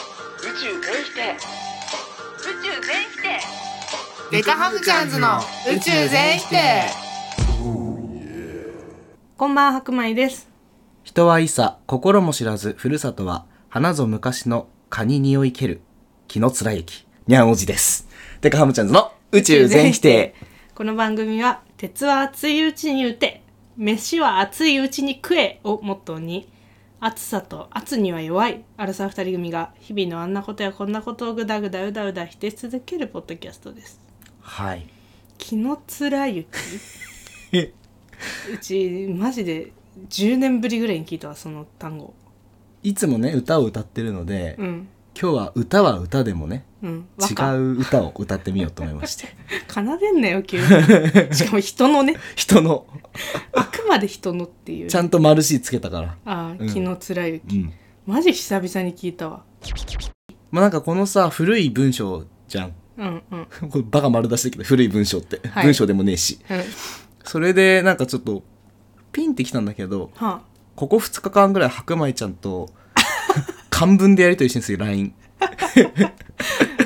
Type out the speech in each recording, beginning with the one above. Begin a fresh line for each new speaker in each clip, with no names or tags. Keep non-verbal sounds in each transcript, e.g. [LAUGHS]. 宙全否定宇宙全否定
デカハムチャンズの宇宙全否定
こんばんは白米です
人はいさ、心も知らず、ふるさとは、花ぞ昔の蚊に匂いける、気の貫之、にゃんおじです。デカハムチャンズの宇宙全否定。
この番組は「鉄は熱いうちに打て飯は熱いうちに食え」をモットーに暑さと暑には弱いアルサー二人組が日々のあんなことやこんなことをぐだぐだうだうだ否定し続けるポッドキャストです
はい。
紀貫之
[LAUGHS]
うちマジで10年ぶりぐらいに聞いたわその単語
いつもね、歌を歌ってるので、
うん
今日は歌は歌でもね、
うん
違
う
う歌を歌ってみようと思いまして。 [LAUGHS]
奏でんなよ急にしかも人のね
人の、
あくまで人のっていう
ちゃんとマルシーつけたから。
あ
うん
ー紀貫之、
うん。
マジ久々に聞いたわ
まあなんかこのさ、古い文章じゃん。 [LAUGHS]
うんうん
これバカ丸出してるけど、古い文章って。
はい
文章でもねえし。
うんは
それで、なんかちょっと、ピンってきたんだけど、 [LAUGHS]
あ
ここ2日間ぐらい白米ちゃ
[LAUGHS]
んと漢文でやりとりしてるんですよ LINE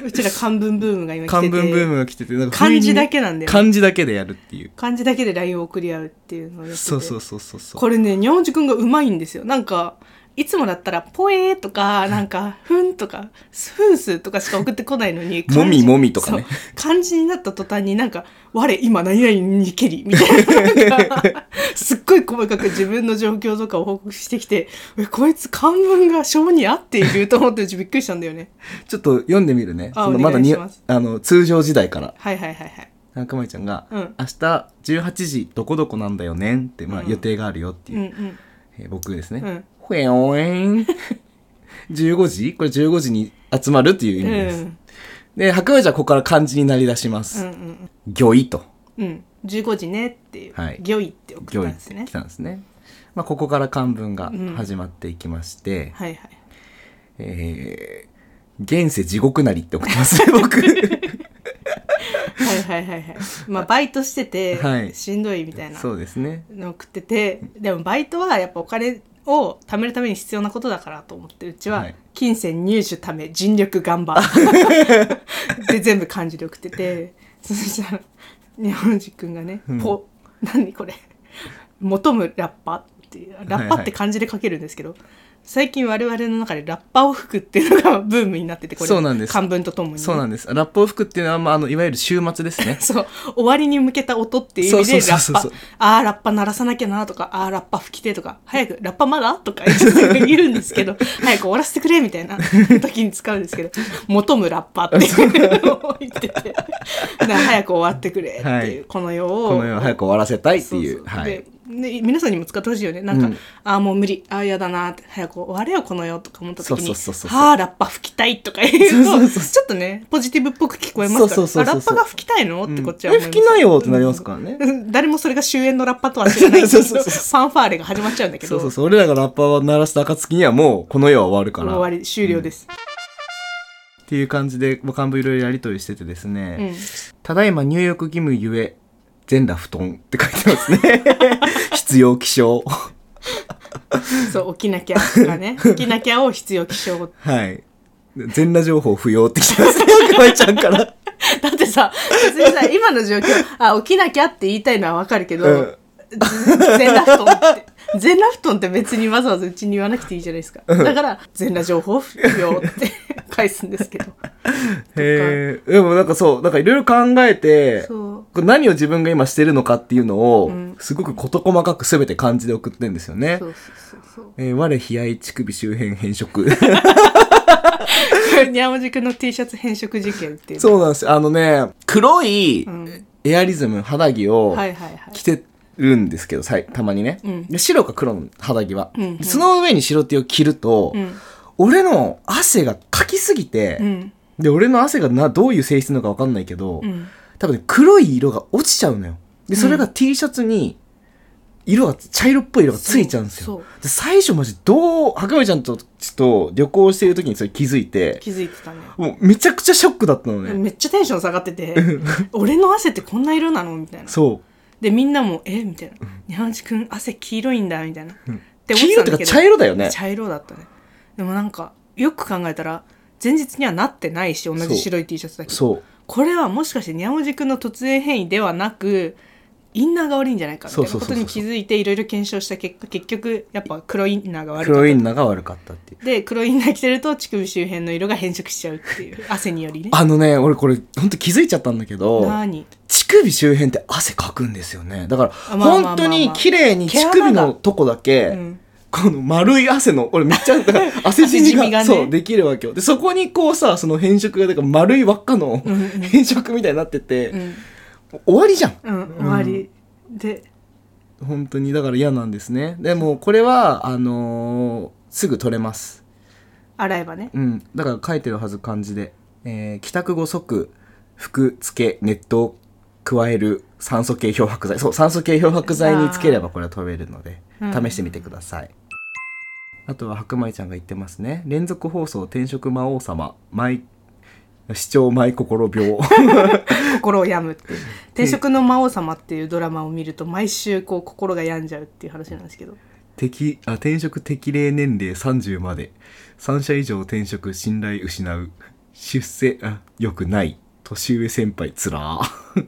うちら漢文ブームが今来てて
漢文ブームが来ててなんか不意
漢
に
字だけなんだよね
漢字だけでやるっていう
漢字だけで LINE を送り合うっていうのをやってて
そうそうそうそうそう
これねにゃんおじくんがうまいんですよなんかいつもだったら「ぽえー」と
[LAUGHS]
かなんか「ふん」とか「ふんす」とかしか送ってこないのに
もみもみとかね
そう漢字になった途端になんか「我今何々にけり」みたいななん
[LAUGHS]
かすっごい細かく自分の状況とかを報告してきて「えこいつ漢文が性に合っている」と思ってうちびっくりしたんだよね
ちょっと読んでみるね
あ
その
お願い
だに
します
あの通常時代から
はいはいはいはい
白米ちゃんが、
うん
明日18時どこどこなんだよね」って、まあ、
うん
予定があるよって
う
い
んう
う、
ん
えー僕です
う
ね
ん
「ほえおえん」15時これ15時に集まるっていう意
うん
味
う
です、
ん
で白米ちゃんはここから漢字になりだしま
う
す
ん
「魚意」と。
うん15時ねっていう
はい
「ぎょい」って送った
行為
ん
っ
です
て
ね
来たんですね。まあ、ここから漢文が始まっていきまして、
はいはい
えー、現世地獄なりって送ってます
[LAUGHS]
ね、僕。
はいはいはいはい。まあバイトしてて、
はい
しんどいみたいな
そうですね。
のを送ってて、でもバイトはやっぱお金を貯めるために必要なことだからと思ってうちは、
はい
金銭入手ため尽力頑張
[LAUGHS]
で全部漢字で送っててそしたら日本人くんがね「
うん
ポ何これ求むラッパ」っていうラッパって漢字で書けるんですけど、最近我々の中でラッパを吹くっていうのがブームになっててこれ
そうなんです
漢文とともにね、。
そうなんです。ラップを吹くっていうのは、まあ、あの、いわゆる週末ですね
そう終わりに向けた音っていう意味で
そ
ラ
うそうそうそ
ッ
うそう
パあーラッパ鳴らさなきゃなとかあーラッパ吹きてとか早くラッパまだとか言う言うんですけ
[LAUGHS]
ど早く終わらせてくれみたいな時に使うんですけど求むラッパっていうのを言
[LAUGHS]
っててだから早く終わってくれっていう、
はい
この世を
この世を早く終わらせたいっていう。
そうそう
はい。
でで皆さんにも使ってほしいよねなんか、
うん
ああもう無理ああやだなーって早く終われよこの世とか思った時に
そうそうそうそう
はあラッパ吹きたいとか言うと
そうそうそう
ちょっとねポジティブっぽく聞こえますから
そうそうそうそう
あラッパが吹きたいのってこっちは
うん
思
え、
います、
吹きなよってなりますからね。
うん誰もそれが終焉のラッパとは知らないんだけ
[LAUGHS] そう
ど
そうそうそう
ファンファーレが始まっちゃうんだけど
そうそうそう。俺らがラッパーを鳴らした暁にはもう、この世は終わるから。
終わり終了です、
っていう感じで、まあ、漢文いろいろやりとりしててですね。
うん
ただいま入浴義務ゆえ、全裸布団って書いてます
[LAUGHS]
ね。必要気象。
そう起きなきゃとかね [LAUGHS] 起きなきゃを必要気象だ
はい。全裸情報不要って来てますね。まいちゃ
[LAUGHS]
んから。
ってさ別にさ今の状況あ起きなきゃって言いたいのはわかるけど、
うん
全裸布団って。全裸布団って別にわざわざうちに言わなくていいじゃないですか。だから、全裸情報不要って返すんですけど。
へえ。でもなんかそう、なんかいろいろ考えて、
そう。
これ何を自分が今してるのかっていうのを、
ん
すごく事細かく全て漢字で送ってんですよね
そ。うそうそう
えー我悲哀乳首周辺変色。 [LAUGHS]
そう。にゃおじくんの T シャツ変色事件っていう。
そうなんですよ。あのね、黒い
ん
エアリズム、肌着を
はいはいはい。
着てるんですけど、さいたまにね。
ん
で白か黒の肌着は、
うんうん
でその上に白 T を着ると、
うん。
俺の汗がかきすぎて、
うん。
で、俺の汗がな、どういう性質なのかわかんないけど、
うん。
多分ね、黒い色が落ちちゃうのよ。で、それが T シャツに、色が、茶色っぽい色がついちゃうんです
そう
よ。で、最初マジ、どう、白米ちゃんと、ちょっと旅行してる時にそれ気づいて、
気づいてたね。
もうめちゃくちゃショックだったのね。
めっちゃテンション下がってて、俺の汗ってこんな色なのみたいな。
そう。
で、みんなも、えみたいな。にゃおじくん汗黄色いんだみたいな。って思
黄色ってか茶色だよね。
茶色だったねでもなんかよく考えたら前日にはなってないし同
そう
じ白い T シャツだけど
そう
これはもしかしてにゃおじくんの突然変異ではなくインナーが悪いんじゃないかみたいな
そうそう
こと
そうそう
に気づいていろいろ検証した結果結局やっぱ黒インナーが悪か
黒
っ
インナーが悪かったっていう
たで黒インナー着てると乳首周辺の色が変色しちゃうっていう汗によりね
あのね俺これほんと気づいちゃったんだけど
何
乳首周辺って汗かくんですよねだから
あまあまあまあ
本当に綺麗に乳首のとこだけ、
うん
この丸い汗の俺めっちゃだ
[LAUGHS]
から汗じみ
汗
が
じみがね
そうできるわけよでそこにこうさその変色がだから丸い輪っかの
うんうん
変色みたいになってて、
うん、
終わりじゃん
うん、終わりで
本当にだから嫌なんですねでもこれはあのーすぐ取れます
洗えばね
うん、だから書いてるはず漢字で、えー帰宅後即服付け熱湯を加える酸素系漂白剤そう酸素系漂白剤につければこれは飛べるので、
うん
試してみてくださいあとは白米ちゃんが言ってますね連続放送転職魔王様毎視聴マイ心病
心を病むっていう「転職の魔王様」っていうドラマを見ると毎週こう心が病んじゃうっていう話なんですけど
適あ転職適齢年齢30まで3社以上転職信頼失う出世あよくない年上先輩つらー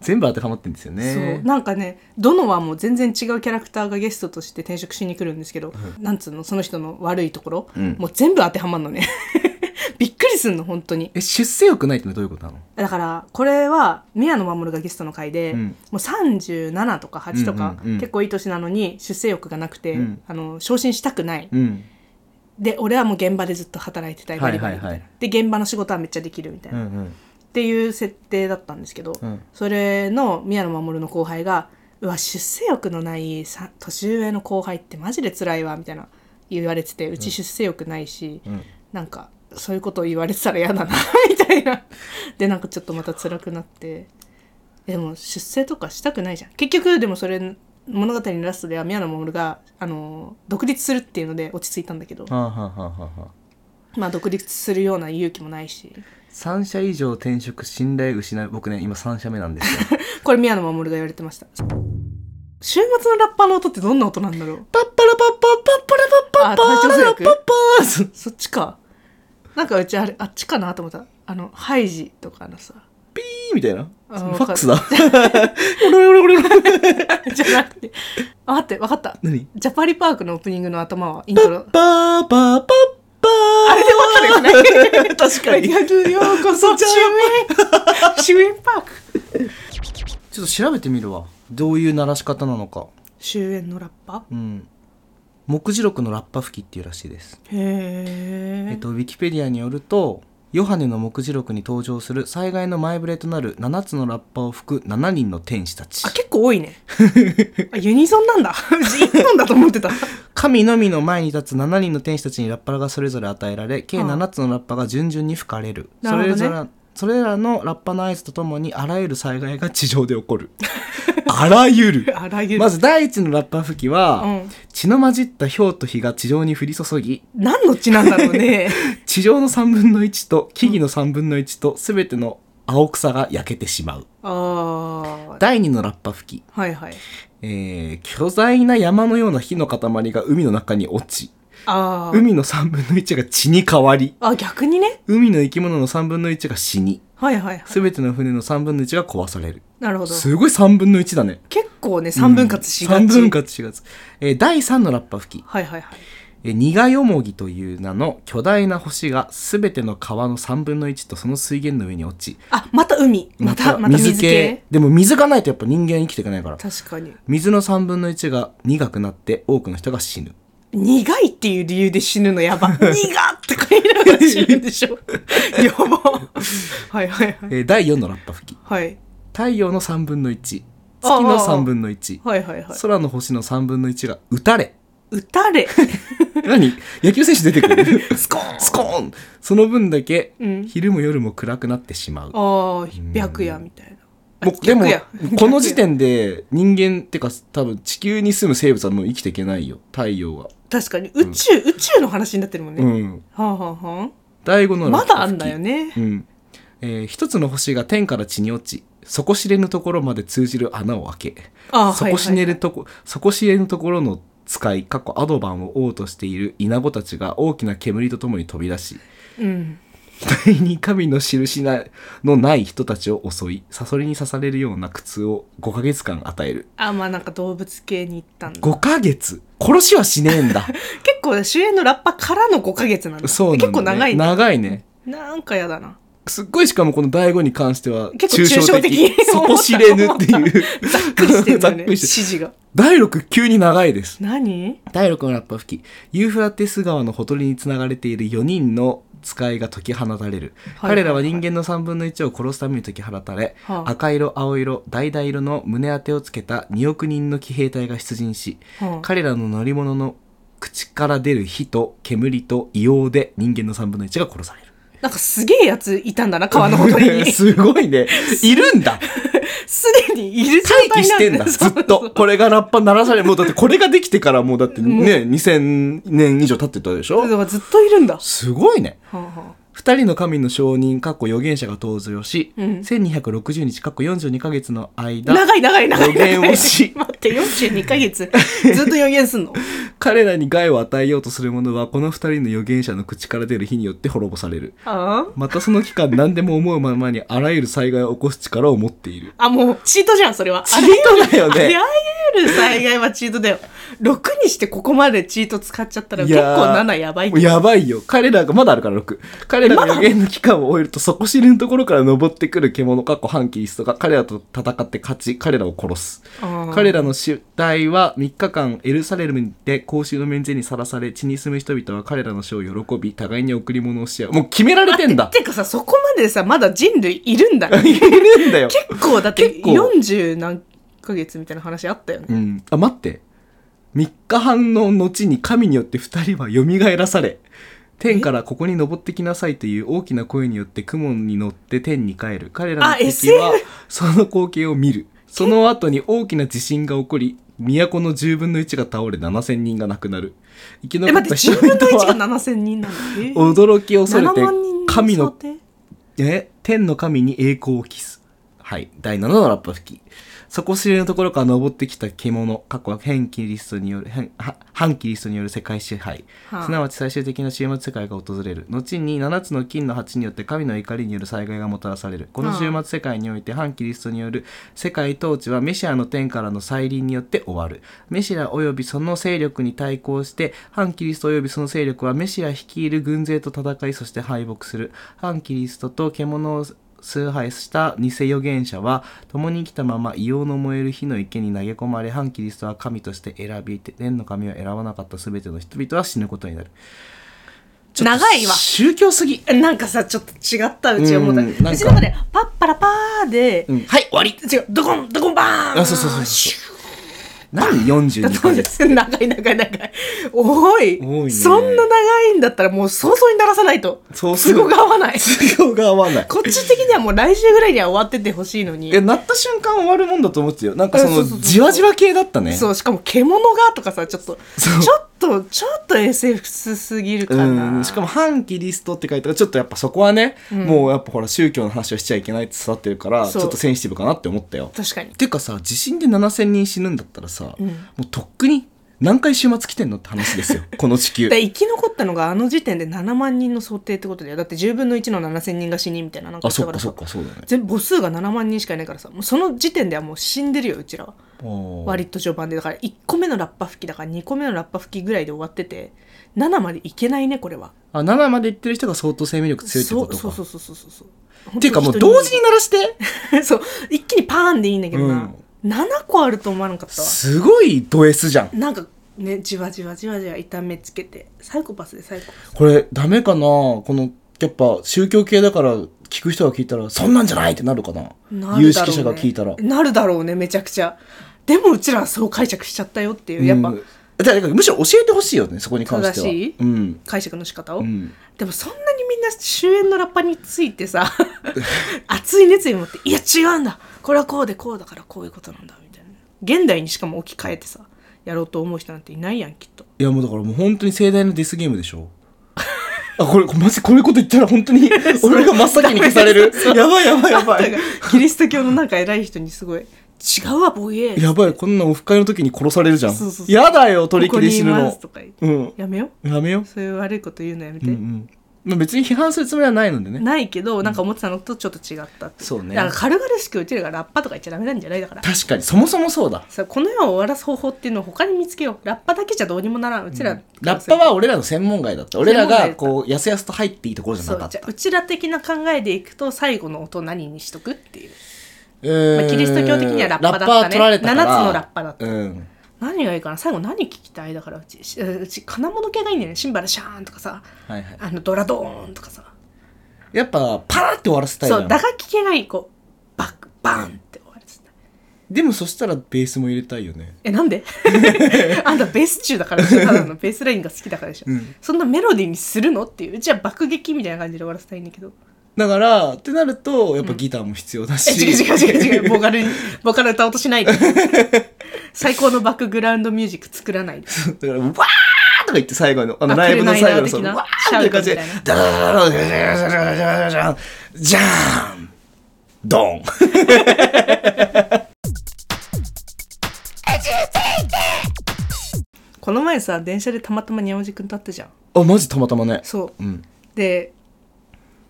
全部当てはまってんですよ
そう
ね
なんかねどのはもう全然違うキャラクターがゲストとして転職しに来るんですけど、なんつうのその人の悪いところ、
うん
もう全部当てはまんのね [LAUGHS] びっくりすんの本当に
え出世よくないってのはどういうことなの
だからこれは宮野真守がゲストの回で、
うん
もう37とか8とか、
うんうんうん
結構いい年なのに出世欲がなくて、
うん
あの昇進したくない、
うん
で俺はもう現場でずっと働いてたいバリバリみたいな、
はいはい
で現場の仕事はめっちゃできるみたいな、っ
うん
ていう設定だったんですけど、
うん
それの宮野真守の後輩が「うわ出世欲のないさ年上の後輩ってマジで辛いわ」みたいな言われててうち出世欲ないし、
うん
なんかそういうことを言われてたら嫌だな [LAUGHS] みたいなでなんかちょっとまた辛くなってでも出世とかしたくないじゃん結局でもそれ物語のラストでは宮野真守があの独立するっていうので落ち着いたんだけど
はあ、はあはあはあはあ、
まあ独立するような勇気もないし
3社以上転職信頼失う僕ね今3社目なんですよ
これ宮野真守が言われてました週末のラッパーの音ってどんな音なんだろう
パッパラパッパッパッパラパッパ
あ体
ッ
調
パ
不
ラパ
良
ッパー
そっちかなんかうちあれあっちかなと思ったあのハイジとかのさ
ピーみたいな
あ
その
わ
ファ
かる
ックスだオロオロオロオロ
[LAUGHS] じゃなくてあ待ってわかった
何
ジャパリパークのオープニングの頭はイント
[LAUGHS]
ロ
パーパーパッパーあれでわかるよね確かにちょ
ようこそ終焉終焉パーク
っと調べてみるわどういう鳴らし方なのか
終焉のラッパ
うん目次録のラッパ吹きっていうらしいです
へえ
えっと、ウィキペディアによるとヨハネの目次録に登場する災害の前触れとなる7つのラッパを吹く7人の天使たち
あ結構多いねあユニゾンなんだうち1本だと思
[LAUGHS]
ってた
神のみの前に立つ7人の天使たちにラッパがそれぞれ与えられ計
はあ
7つのラッパが順々に吹かれる,、
なるほどね
それぞれそれらのラッパの合図とともにあらゆる災害が地上で起こる [LAUGHS] あらゆる
あらゆる、
まず第一のラッパ吹きは、
うん
血の混じった氷と火が地上に降り注ぎ
何の血なんだろう
[LAUGHS]
ね
地上の3分の1と木々の3分の1と全ての青草が焼けてしまう
ああ
第2のラッパ吹き、
はいはい
えー巨大な山のような火の塊が海の中に落ち
あー
海の3分の1が血に変わり
あ逆にね
海の生き物の3分の1が死に
はいはいはい
全ての船の3分の1が壊される
なるほど
すごい3分の1だね
結構ね3分割しがち、
3分割しがち、えー第3のラッパ吹き
はいはいはい
えー苦よもぎという名の巨大な星が全ての川の3分の1とその水源の上に落ち
あまた海またまた水系
でも水がないとやっぱ人間生きていかないから
確かに
水の3分の1が苦くなって多くの人が死ぬ
苦いっていう理由で死ぬのや
[LAUGHS]
ば苦っとか言いながら死ぬんでしょやばはいはいはい
えー第4のラッパ吹き
はい
太陽の3分の1月
ああ
の3分の1
はいはいはい
空の星の3分の1が打たれ
打たれ
何野球選手出てく
[LAUGHS]
る
スコーン
スコーンその分だけ
うん
昼も夜も暗くなってしまう、
ああ白夜みたいなあ
もうでも
白夜
[LAUGHS] この時点で人間ってか多分地球に住む生物はもう生きていけないよ太陽は、
確かに宇宙、宇宙の話になってるもんね、
うん
はあ、はあは
第5の
あ、
ラ
ま
ッパ
だあん
吹き
だよね
うんえー一つの星が天から地に落ち底知れぬところまで通じる穴を開け
ああ
底知れぬとこ、底知れぬところの使い、過去アドバンを王としているイナゴたちが大きな煙とともに飛び出し、
うん
額に神の印なのない人たちを襲い、サソリに刺されるような苦痛を5ヶ月間与える。
あまあなんか動物系に行ったんだ
5ヶ月殺しはしねえんだ。
結構主演のラッパからの5ヶ月なんだ
そうなんだ、
結
ね。
構長いね
長いね。
なんかやだな
すっごいしかもこの第5に関しては
結構抽象的
そこ知れぬっ
[LAUGHS]
ていう
ざっくりしてるんだ
[LAUGHS] ざ
ね
っく
指
りして
示が
第6急に長いです
何
第6のラッパ吹きユーフラテス川のほとりにつながれている4人の使いが解き放たれる、
はい
彼らは人間の3分の1を殺すために解き放たれ、
はあ
赤色青色橙色の胸当てをつけた2億人の騎兵隊が出陣し、
はあ
彼らの乗り物の口から出る火と煙と硫黄で人間の3分の1が殺される
なんかすげえやついたんだな川のほとりにす
[LAUGHS] すごい
[LAUGHS]
ねいるんだ
でにいる状
回帰
態
し
なん
てんだ、ず
そう
っと。これがラッパ鳴らされ、もうだってこれができてからもうだってね、2000年以上経ってたでし
だか
ょ
らずっといるんだ、は
すごいね。
あは
二人の神の証人、かっこ預言者が登場し、
うん
1260日、かっこ42ヶ月の
あ、
間、
長い長い長い長い
予言をし
[LAUGHS] 待って42ヶ月ずっと予言すんの [LAUGHS]
彼らに害を与えようとする者は、この二人の預言者の口から出る火によって滅ぼされる。
あ
またその期間、何でも思うままにあらゆる災害を起こす力を持っている。
あもうチートじゃんそれは
チートだよ
あれ
ね
あ。らゆる災害はチートだよ6にしてここまでチート使っちゃったら
い
結
や
構7やばいけど
やばいよ。彼らが、まだあるから6。彼らが予言の期間を終えると、底知れぬところから登ってくる獣、過去反キリストが彼らと戦って勝ち、彼らを殺す。
あー
彼らの主体は3日間エルサレムで公衆の面前にさらされ、血に住む人々は彼らの死を喜び、互いに贈り物をし合う。もう決められてんだ [LAUGHS]
てかさそこまでさまだ人類いるんだ
い
結
るんだよ。
構だって
結構
40何ヶ月みたいな話あったよね
うん。あ、待って。3日半の後に神によって2人は蘇らされ、天からここに登ってきなさいという大きな声によって雲に乗って天に帰る。彼らの
あ
敵はその光景を見る。その後に大きな地震が起こり、都の10分の1が倒れ7000人が亡くなる。生き
え
残っ
待ったて
人
10
々
分の1が
は
7000人なのえー [LAUGHS]
驚きを恐れ
7
て
万人
神の
想定
え天の神に栄光を期す。はい。第7のラッパ吹き。底知れのところから登ってきた獣、過去は反キリストによる、反は反キリストによる世界支配。
はあ
すなわち最終的な終末世界が訪れる。後に7つの金の鉢によって神の怒りによる災害がもたらされる。この終末世界において反キリストによる世界統治はメシアの天からの再臨によって終わる。メシア及びその勢力に対抗して、反キリスト及びその勢力はメシア率いる軍勢と戦い、そして敗北する。反キリストと獣を崇拝した偽預言者は共に生きたまま硫黄の燃える火の池に投げ込まれ反キリストは神として選び天の神を選ばなかった全ての人々は死ぬことになるちょっと
長いわ
宗教すぎ、
なんかさちょっと違ったうち思った
うんなんか
うちの中でパッパラパーで、
うん、はい終わり
違うドコンドコンバーン
あそうそうそう
シュッ
そう何42ヶ月
長い長い長いおい
多いね
そんな長いんだったらもう早々に鳴らさないと
そうす
都
る
合が合わない
都合が合わない
こっち的にはもう来週ぐらいには終わっててほしいのに
えなった瞬間終わるもんだと思ってたよなんかそ
え
の
そうそうそう
じわじわ系だったね
そうしかも「獣が」とかさちょっと
そう
ちょっとちょっと SF すぎるか
う
なん
しかも反キリストって書いてあるちょっとやっぱそこはね、
ん
もうやっぱほら宗教の話をしちゃいけないって伝わってるからち
そう
ょっとセンシティブかなって思ったよ
確かに
てかさ地震で7,000人死ぬんだったらさ、
うん
もうとっくに何回週末来てんのって話
[LAUGHS]
ですよこの地球
で生き残ったのがあの時点で7万人の想定ってことだよだって10分の1の7000人が死にみたいななんか
あそっ
だ
か
らさ
そっかそうだね
全母数が7万人しかいないからさもうその時点ではもう死んでるようちらは割
割
と序盤でだから1個目のラッパ吹きだから2個目のラッパ吹きぐらいで終わってて7までいけないねこれは
[LAUGHS] あ7までいってる人が相当生命力強いって
そ
こ
う
とか
そうそうそうそうそう
っていうかもう同時に鳴らして
に [LAUGHS] そう一気にパーンでいいんだけどな、7個あると思わなかったわ
すごいド S じゃん
なんかねじわじわじわじわ痛めつけてサイコパスでサイコパス
これダメかなこのやっぱ宗教系だから聞く人が聞いたらそんなんじゃないってなるかな
なるだろうね
有識者が聞いたら
なるだろうねめちゃくちゃでもうちらはそう解釈しちゃったよっていうやっぱ、
うんだからむしろ教えてほしいよねそこに関しては
正しい
うん
解釈の仕方を、
うん
でもそんなにみんな終焉のラッパについ
[LAUGHS]
てさ熱い熱意持って「いや違うんだこれはこうでこうだからこういうことなんだ」みたいな現代にしかも置き換えてさやろうと思う人なんていないやんきっと
いやもうだからもう本当に盛大なディスゲームでしょあこれマジこういうこと言ったら本
[LAUGHS]
当に俺が真っ先に消されるやばいやばいやば
だ
い
からキリスト教のなんか偉い人にすごい違うわボイエー
やばいこんなオフ会の時に殺されるじゃん
そうそうそう
やだよ取り切り死ぬ
ここにいます
の
とか言って
うん
やめよ
やめよ
そういう悪いこと言うのやめ
う
て、
んうんまあ別に批判するつもりはないのでね
ないけどなんか思ってたのとちょっと違ったってい
そうね
だから軽々しくうちらがラッパとか言っちゃダメなんじゃないだから
確かにそもそもそうだ
さこの世を終わらす方法っていうのを他に見つけようラッパだけじゃどうにもならんうちら、
ラッパは俺らの専門外だった俺らがこうやすやすと入っていいところじゃ
そ
な
う
かっ
じゃ
た
あうちら的な考えでいくと最後の音何にしとくっていう
ま
まあキリスト教的にはラッパだっ
ラッ
たね
パは取られたから
七つのラッパだった
うん
何がいいかな最後何聞きたいだからうちしうち金物系がいいんだよねシンバルシャーンとかさ
はいはい、
あのドラドーンとかさ
やっぱパラって終わらせたいじゃ
そ
ん
う打楽器系がいいこうバックバーンって終わりですね
でもそしたらベースも入れたいよね
えなんで
[LAUGHS]
あんたベース中だからでしょただのベースラインが好きだからでしょ、
うん
そんなメロディーにするのっていううちは爆撃みたいな感じで終わらせたいんだけど
だからってなるとやっぱギターも必要だ
え
し、
違う違う違う [LAUGHS] 違うボーカルにボーカル歌おうとしないで最高のバックグラウンドミュージック作らないで
だから、わーとか言って最後の、あの、
あ
ライブの最後の、
ク
そ
ルナイ
の、
ダ
わ
ー
ーってい
的な
う感じで、ダラダラダラダラダラダラダラダラダラダラじゃーんドン
この前さ電車でたまたまにゃおじくんと会ったじゃん
あ、マジたまたまね。
そう
うん。
で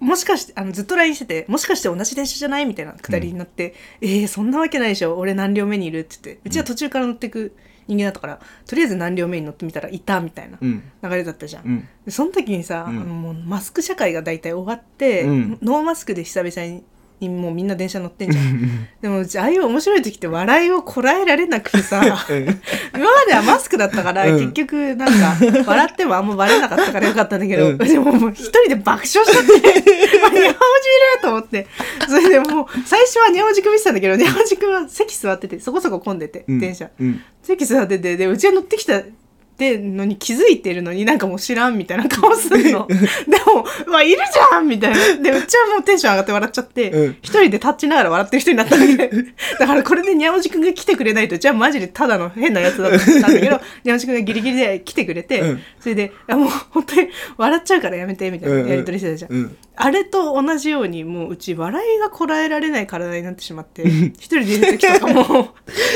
もしかしてあのずっと LINE しててもしかして同じ電車じゃないみたいなくだりになって「えー、そんなわけないでしょ俺何両目にいる」って言ってうちは途中から乗ってく人間だったから、とりあえず何両目に乗ってみたらいたみたいな
う
流
ん。
れだったじゃん、
うん。
でその時にさ、
うん
あのもうマスク社会が大体終わって、
うん
ノーマスクで久々にもうみんな電車乗ってんじゃんでもうちああいう面白い時って笑いをこらえられなくて
[LAUGHS]
さ今まではマスクだったから、
うん
結局なんか笑ってもあんまバレなかったからよかったんだけど、
うん
でももう一人で爆笑しち
[LAUGHS]
ゃって「あにゃおじいる!」と思ってそれでもう最初はにゃおじくん見てたんだけどにゃおじくんは席座っててそこそこ混んでて、
うん
電車
うん。
席座っててでうちが乗ってきたってのに気づいてるのになんかもう知らんみたいな顔するのでも「まあいるじゃん!」みたいなでうちはもうテンション上がって笑っちゃって、
うん
一人で立ちながら笑ってる人になったんでだからこれでにゃおじくんが来てくれないとじゃあマジでただの変なやつだと思ったんだけどにゃおじくんがギリギリで来てくれて、
うん
それで「あもう本当に笑っちゃうからやめて」みたいな
うん
やり取りしてたじゃん。
うん。
あれと同じようにもううち笑いがこらえられない体になってしまって一人でいる時とかも
[LAUGHS]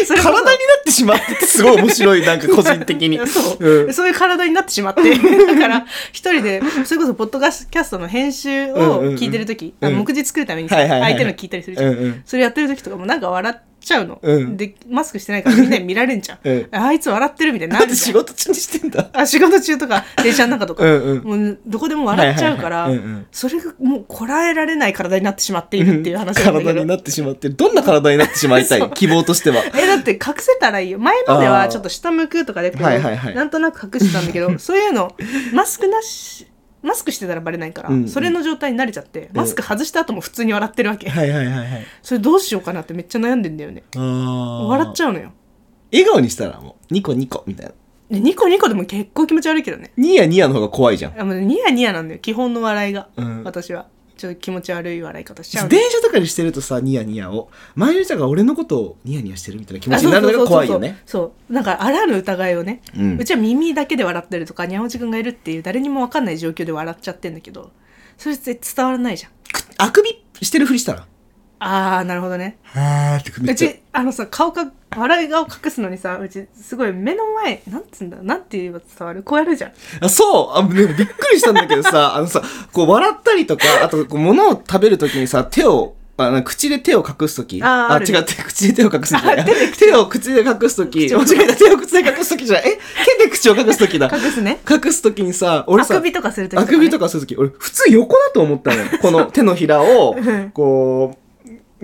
それこ
体
そ
になってしまってて、すごい面白い、なんか個人的 [LAUGHS] に。
そう、
うん。
そういう体になってしまって
[LAUGHS]
だから一人でそれこそポッドキャストの編集を聞いてる時、
うんうんうん
あの目次作るためにさ
はいはいはい
相手の聞いたりするじゃん、
うんうん
それやってる時とかもなんか笑っちゃうの、
うん
でマスクしてないからみんなに見られんじゃん、
うん
あいつ笑ってるみたいにな
なん
る
で
じ
仕
ゃん
事中にしてんだ。
あ仕事中とか [LAUGHS] 電車の中とか、
うん
もうどこでも笑っちゃうから、
はいはいはいうんうん
それがもうこらえられない体になってしまっているっていう話なんだけど
体になってしまってる。どんな体になってしまいた
[LAUGHS] そ
いう希望としては。
えだって隠せたらいいよ前のではちょっと下向くとかでこう、
はいはいはい
なんとなく隠してたんだけ
[LAUGHS]
どそういうのマスクなしマスクしてたらバレないから、
うんうん
それの状態に慣れちゃってマスク外した後も普通に笑ってるわけ、
はいはいはいはい。
それどうしようかなってめっちゃ悩んでんだよね笑
笑
っちゃうのよ
笑顔にしたらもう、ニコニコみたいな。
でニコニコでも結構気持ち悪いけどね
ニヤニヤの方が怖いじゃん。
あもうニヤニヤなんだよ基本の笑いが、
うん
私はちょっと気持ち悪い笑い方しちゃうの
電車とかにしてるとさニヤニヤを前の人が俺のことをニヤニヤしてるみたいな気持ちになるのが怖いよね
あそうそうそうそうそうなんかあらぬ疑いをね、
う
うんちは耳だけで笑ってるとかにゃおじくんがいるっていう誰にも分かんない状況で笑っちゃってんだけどそれって伝わらないじゃん
あくびしてるふりしたら
あーなるほどね
はーって首
う
ち
ちあのさ顔か笑い顔隠すのにさうちすごい目の前なんつうんだなんて言えば伝わるこうやるじゃん
あそうあでもびっくりしたんだけどさ [LAUGHS] あのさこう笑ったりとかあとこう物を食べるときにさ手をあの口で手を隠すとき
あーある
違う手 [LAUGHS] 口で手を隠すんじゃない
あ手で
手を口で隠すとき
口
間
を
違えた手を口で隠すときじゃないえ手で口を隠すときだ
隠すね
隠すときにさ俺
あ
さ
くびとかするとき
あくびと
か
かするとき、俺、普通横だと思ったのよ。
[LAUGHS]
この手のひらを、こう、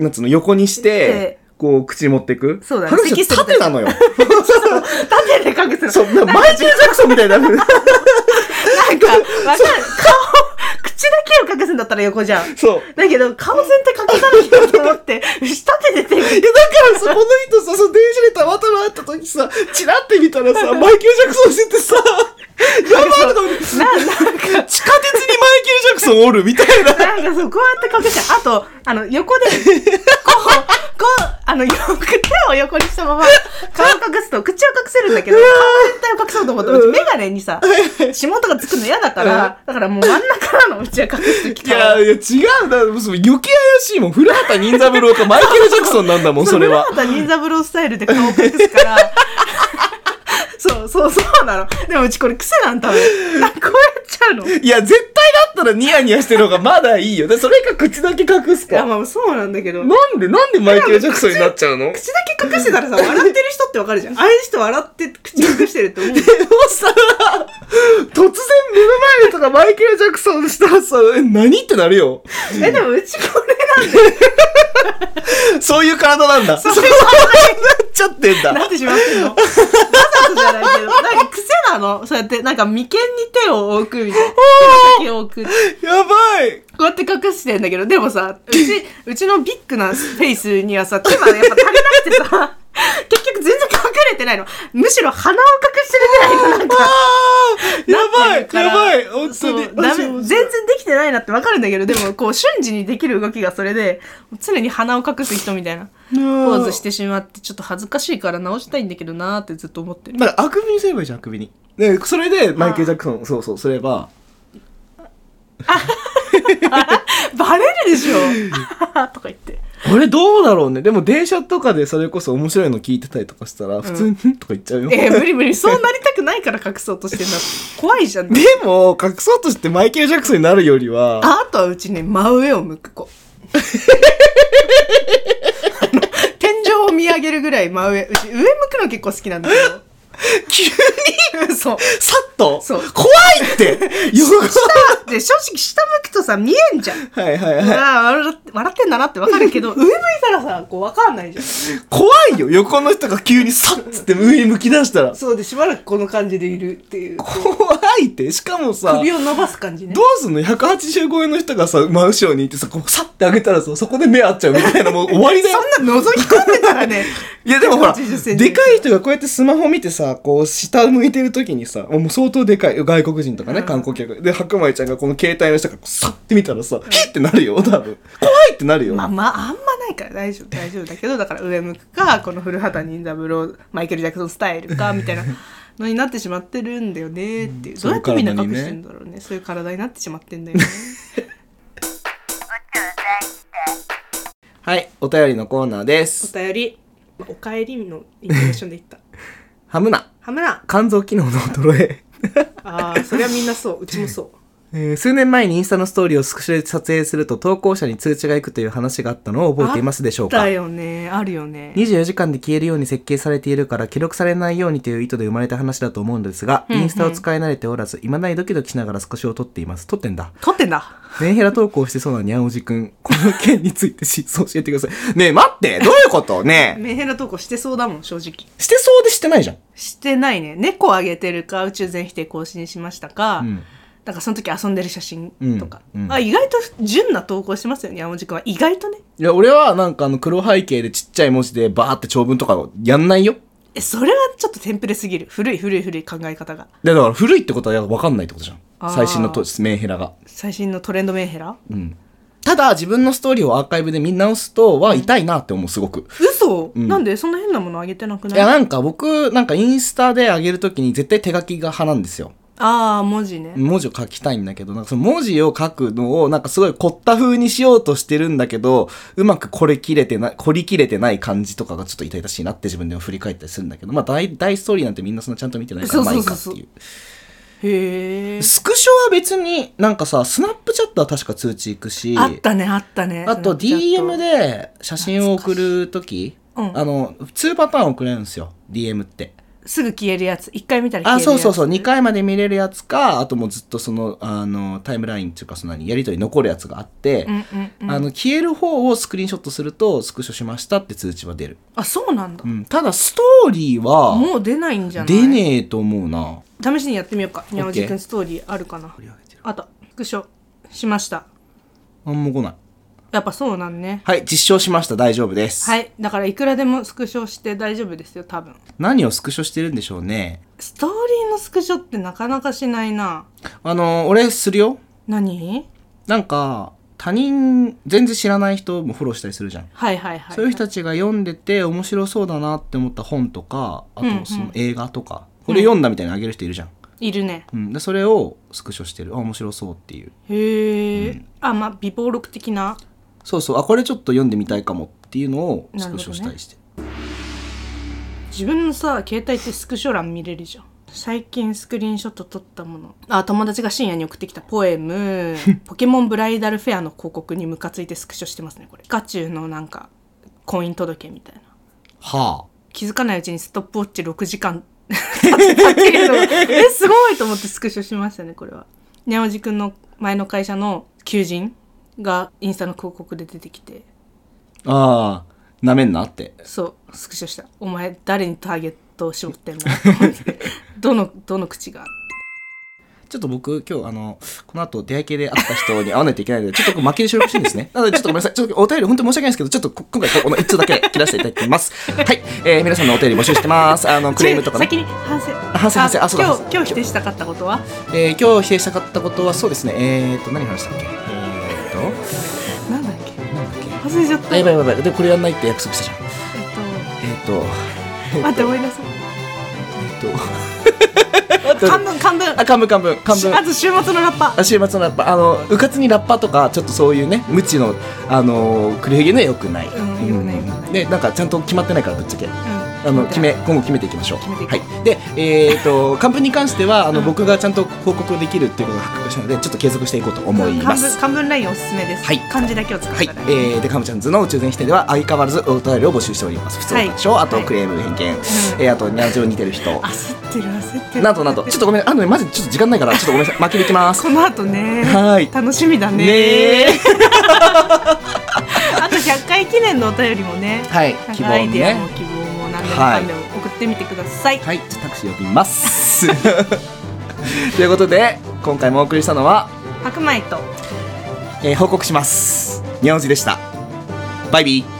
なんつうの、横にして
で、
こう、口持ってく。
そうだね
ね。話
咳する
縦なのよ。
ね縦で隠すの
[LAUGHS] そう、なんかマイケル・ジャクソンみたいな。
[LAUGHS] なんかわかる顔 [LAUGHS] 口だけを隠すんだったら横じゃん
そう。
だけど顔全体隠さなきゃと
[LAUGHS]
思って下手で手
いや、だからさ、この人さ、その電車でたまたま会ったときさ、チラって見たら
[LAUGHS]
さ、マイケル・ジャクソンしててさ、やばいと思って
ななんか
地下鉄にマイケル・ジャク
ソンおるみたい [LAUGHS] な。
なんかそう、こうやって隠して、あと、あの、横 [LAUGHS] で、こう、こう、あの、よく手を横にしたまま、顔隠すと、口を隠せるんだけど、顔全体を隠そうと思ったら、うちメガネにさ、指紋とかつくの嫌だから、だからもう真ん中なの、うちは隠すとき
いや、いや違うな。もうその余計怪しいもん。古畑任三郎かマイケル・ジャクソンなんだもん、それは。
古畑任三郎スタイルで顔隠す [LAUGHS] から。そうそうそうなの。でもうちこれ癖なんだ多分。なんかこうやっちゃうの。い
いや、絶対だったらニヤニヤしてる方がまだいいよ。でそれか口だけ隠す
や
か。
まあそうなんだけど。
なんで、なんでマイケル・ジャクソンになっちゃうの
口だけ隠してたらさ、笑ってる人ってわかるじゃん。ああいう人笑って口隠してると思う。
でもさ、突然目の前の人がマイケル・ジャクソンしたらさ、え何ってなるよ。
え、でもうちこれ
そういう体なんだ。そう
そういう
なっちゃってんだ。
なってしまってるの。わ [LAUGHS] ざとじゃないけど。なんか癖なの。そうやって、なんか眉間に手を置くみたいな。手の先を置く。
やばい
こうやって隠してんだけど、でもさ、うち、うちのビッグなフェイスにはさ、手までやっぱ足りなくてさ、 [LAUGHS] 結局全然隠れてないの。むしろ鼻を隠してるぐらいのなん
あ
か、
ーやば
なって
い
るから
やばい本
[LAUGHS]
当
そう
に
ダメ全然できてないなってわかるんだけど、でもこう瞬時にできる動きがそれで、常に鼻を隠す人みたいな
ポ。
ポーズしててしまって、ちょっと恥ずかしいから直したいんだけどなーってずっと思ってる。
だからあくびにすればいいじゃん、あくびに。で、それでマイケル・ジャクソン、そうそう、すれば。
バレるでしょ [LAUGHS] とか言って。
あれどうだろうね。でも電車とかでそれこそ面白いの聞いてたりとかしたら、普通に、とか言っちゃうよ。
えー無理無理、そうなりたくないから隠そうとして [LAUGHS] んだって。怖いじゃん。
でも、隠そうとしてマイケル・ジャクソンになるよりは、
ああとはうちね、真上を向く [LAUGHS] 子。あの天井を見上げるぐらい真上。うち上向くの結構好きなん [LAUGHS] だけ
急に、
ど。そう。
さっと、
そう
怖
[LAUGHS]
いって、よ
で、正直下向くとさ、見えんじゃん。
はいはいは
ああ、笑って笑ってんだなってわかる [LAUGHS] けど、上向いたらさ、こうわかんないじゃん。
い。怖いよ、横の人が急にさっつって上に向き出したら。
そうで、しばらくこの感じでいるっていう。
怖いって、しかもさ、
首を伸ばす感じね
ど。うすんの ?185 円の人がさ、真後ろにいてさ、こう、さって上げたらさ、そこで目合っちゃうみたいな、もう終わりだよ。
[LAUGHS] そんな覗き込んでたら [LAUGHS] ね。
いやでもほら、
180センチ
でかい人がこうやってスマホ見てさ、こう下向いてる時にさ、もう相当でかい、外国人とかね、観光客。で、白米ちゃんがこの携帯の下からこうさって見たらさ、ヒッってなるよ、多分。怖いってなるよ。
まあまあ、あんまないから大丈夫、大丈夫だけど、だから上向くか、この古畑任三郎、マイケル・ジャクソンスタイルか、みたいなのになってしまってるんだよねっていう。どうやってみんな隠してんだろうね。そういう体になってしまってんだよね。
はい、お便りのコーナーで
お
す。
便り、おかえりのイントネーションで言った。
ハムナ、
ハムラ
肝臓機能の衰え。
ああ、それはみんなそう。うちもそう。
えー数年前にインスタのストーリーをスクショで撮影すると投稿者に通知がいくという話があったのを覚えていますでしょうか
だよね。あるよね。
24時間で消えるように設計されているから記録されないようにという意図で生まれた話だと思うのですが、
うんうん
インスタを使い慣れておらず、未だにドキドキしながら少しを撮っています。撮ってんだ。
撮ってんだ。
メンヘラ投稿してそうなにゃんおじくん、この件について真相を教えてください。ねえ、待ってどういうことねえ
メンヘラ投稿してそうだもん、正 [LAUGHS] 直。
してそうでしてないじゃん。
してないね。猫あげてるか、宇宙全否定更新しましたか、
うん
だからその時遊んでる写真とか。
うんうん
あ、意外と純な投稿してますよね、山地君は。意外とね。
いや、俺はなんかあの黒背景でちっちゃい文字でバーって長文とかやんないよ。
え、それはちょっとテンプレすぎる。古い古い古い考え方が。
で、だから古いってことはわかんないってことじゃ
あー
ん。最新のとメンヘラが。
最新のトレンドメンヘラ
うん。ただ、自分のストーリーをアーカイブで見直すとは痛いなって思う、すごく。
嘘、
ん
なんでそんな変なものあげてなく
いや、
ない
なんか僕、なんかインスタで上げるときに絶対手書きが派なんですよ。
ああ、文字ね。
文字を書きたいんだけど、なんかその文字を書くのを、なんかすごい凝った風にしようとしてるんだけど、うまくこれ切れてない、凝り切れてない感じとかがちょっと痛々しいなって自分でも振り返ったりするんだけど、まあ大、大ストーリーなんてみんなそんなちゃんと見てないから、
そ
ま
うそ
あいうい
そ
か
う
っ
そ
て
う
いう。
へえ。
スクショは別になんかさ、スナップチャットは確か通知行くし、
あったね、あったね。
あと
スナップチャット
DM。で写真を送るとき、
うん
あの、2パターン送れるんですよ、DM って。
すぐ消えるやつ。一回見たら消え
あ、
るやつ。
そうそうそう、2回まで見れるやつか、あともうずっとその、あの、タイムラインっていうか、その何、やりとり残るやつがあって、
うんうんうん。
あの、消える方をスクリーンショットすると、スクショしましたって通知は出る。
あ、そうなんだ
う。ん。ただ、ストーリーは、
もう出ないんじゃない
出ねえと思うな。
試しにやってみようか
ケー
にゃおじくんストーリーあるかなあったスクショしました
あんま来ない。
やっぱそうなんね
はい、実証しました。大丈夫です。
はいだからいくらでもスクショして大丈夫ですよ多分
何をスクショしてるんでしょうね。
ストーリーのスクショってなかなかしないな
あの、俺するよ。
何
なんか他人全然知らない人もフォローしたりするじゃん、
はいはいはい。
そういう人たちが読んでて面白そうだなって思った本とかあ
うんう
と
ん
その映画とか、これ読んだみたいにあげる人いるじゃん、
いるね。
うん、でそれをスクショしてるあ面白そうっていう
へえ、あ、まあ、微暴力的な。
そうそうあこれちょっと読んでみたいかもっていうのをスクショしたりしてる、
自分のさ、携帯ってスクショ欄見れるじゃん。最近スクリーンショット撮ったもの。あ、友達が深夜に送ってきたポエム、ポケモンブライダルフェアの広告にムカついてスクショしてますね、これ。ピカチュウのなんか、婚姻届みたいな。
は
気づかないうちにストップウォッチ6時間経ってたっていうのがえ、すごいと思ってスクショしましたね、これは。ねおじくんの前の会社の求人がインスタの広告で出てきて、
あああなめんなって
そう、スクショした。お前、誰にターゲットを絞っ
[LAUGHS]
てんだと思って。どの、どの口が。
ちょっと僕今日あのこの後出会い系で会った人に会わないといけないのでちょっと負けで収録してるんです
[LAUGHS]
ねなのでちょっとごめんなさいちょっとお便り本当に申し訳ないんですけどちょっとこ今回この一通だけ切らせていただきますはい、えー、皆さんのお便り募集してますあのクレームとかね
先に反省。
反省反省あそうだ
今
反省
日、今日否定したかったことは
えー、今日否定したかったことはそうですねえーと何話したっけえーと
なんだっけ
なんだっけ
忘れちゃった。
あ
え
や
っ
ばいやばいやばいでこれやんないって約束したじゃんえーと
と、待って、思い出す。
[LAUGHS] えーと
漢文、漢文。
あ漢文漢文漢文
まず週末のラッパ。
あ週末のラッパあのうかつにラッパとかちょっとそういうね無知のあのー繰り上げのはよくない、
うん良くない良くない
でなんかちゃんと決まってないからぶっちゃけ
うん
あの決め今後決めていきましょう
決めていこ
は
う
いでえっ、と漢文に関してはあの、
うん
僕がちゃんと報告できるっていうことが発覚したのでちょっと継続していこうと思いま
漢文
す
漢文ラインおすすめです。
はい
漢字だけを使っ
はい
たら。、
えー、でカムちゃんズの宇宙全否定では相変わらずお便りを募集しております普通の話を、あと
はい
クレーム偏見、えーあとニャンジョ似てる人
焦ってる焦ってる。
などなどちょっとごめんあのねマジでちょっと時間ないからちょっとごめんなさい負けでいきます
この後ね。
はーい
楽しみだね。
ねー
あと100回記念のお便りもね。
はい
なん
希
か
望
アイ
ね
デアも希望も何でもかんでも送ってみてください。
はい、じゃあタクシー呼びます。 [LAUGHS] ということで、今回もお送りしたのは、
白米と。
えー報告します。にゃおじでした。バイビー。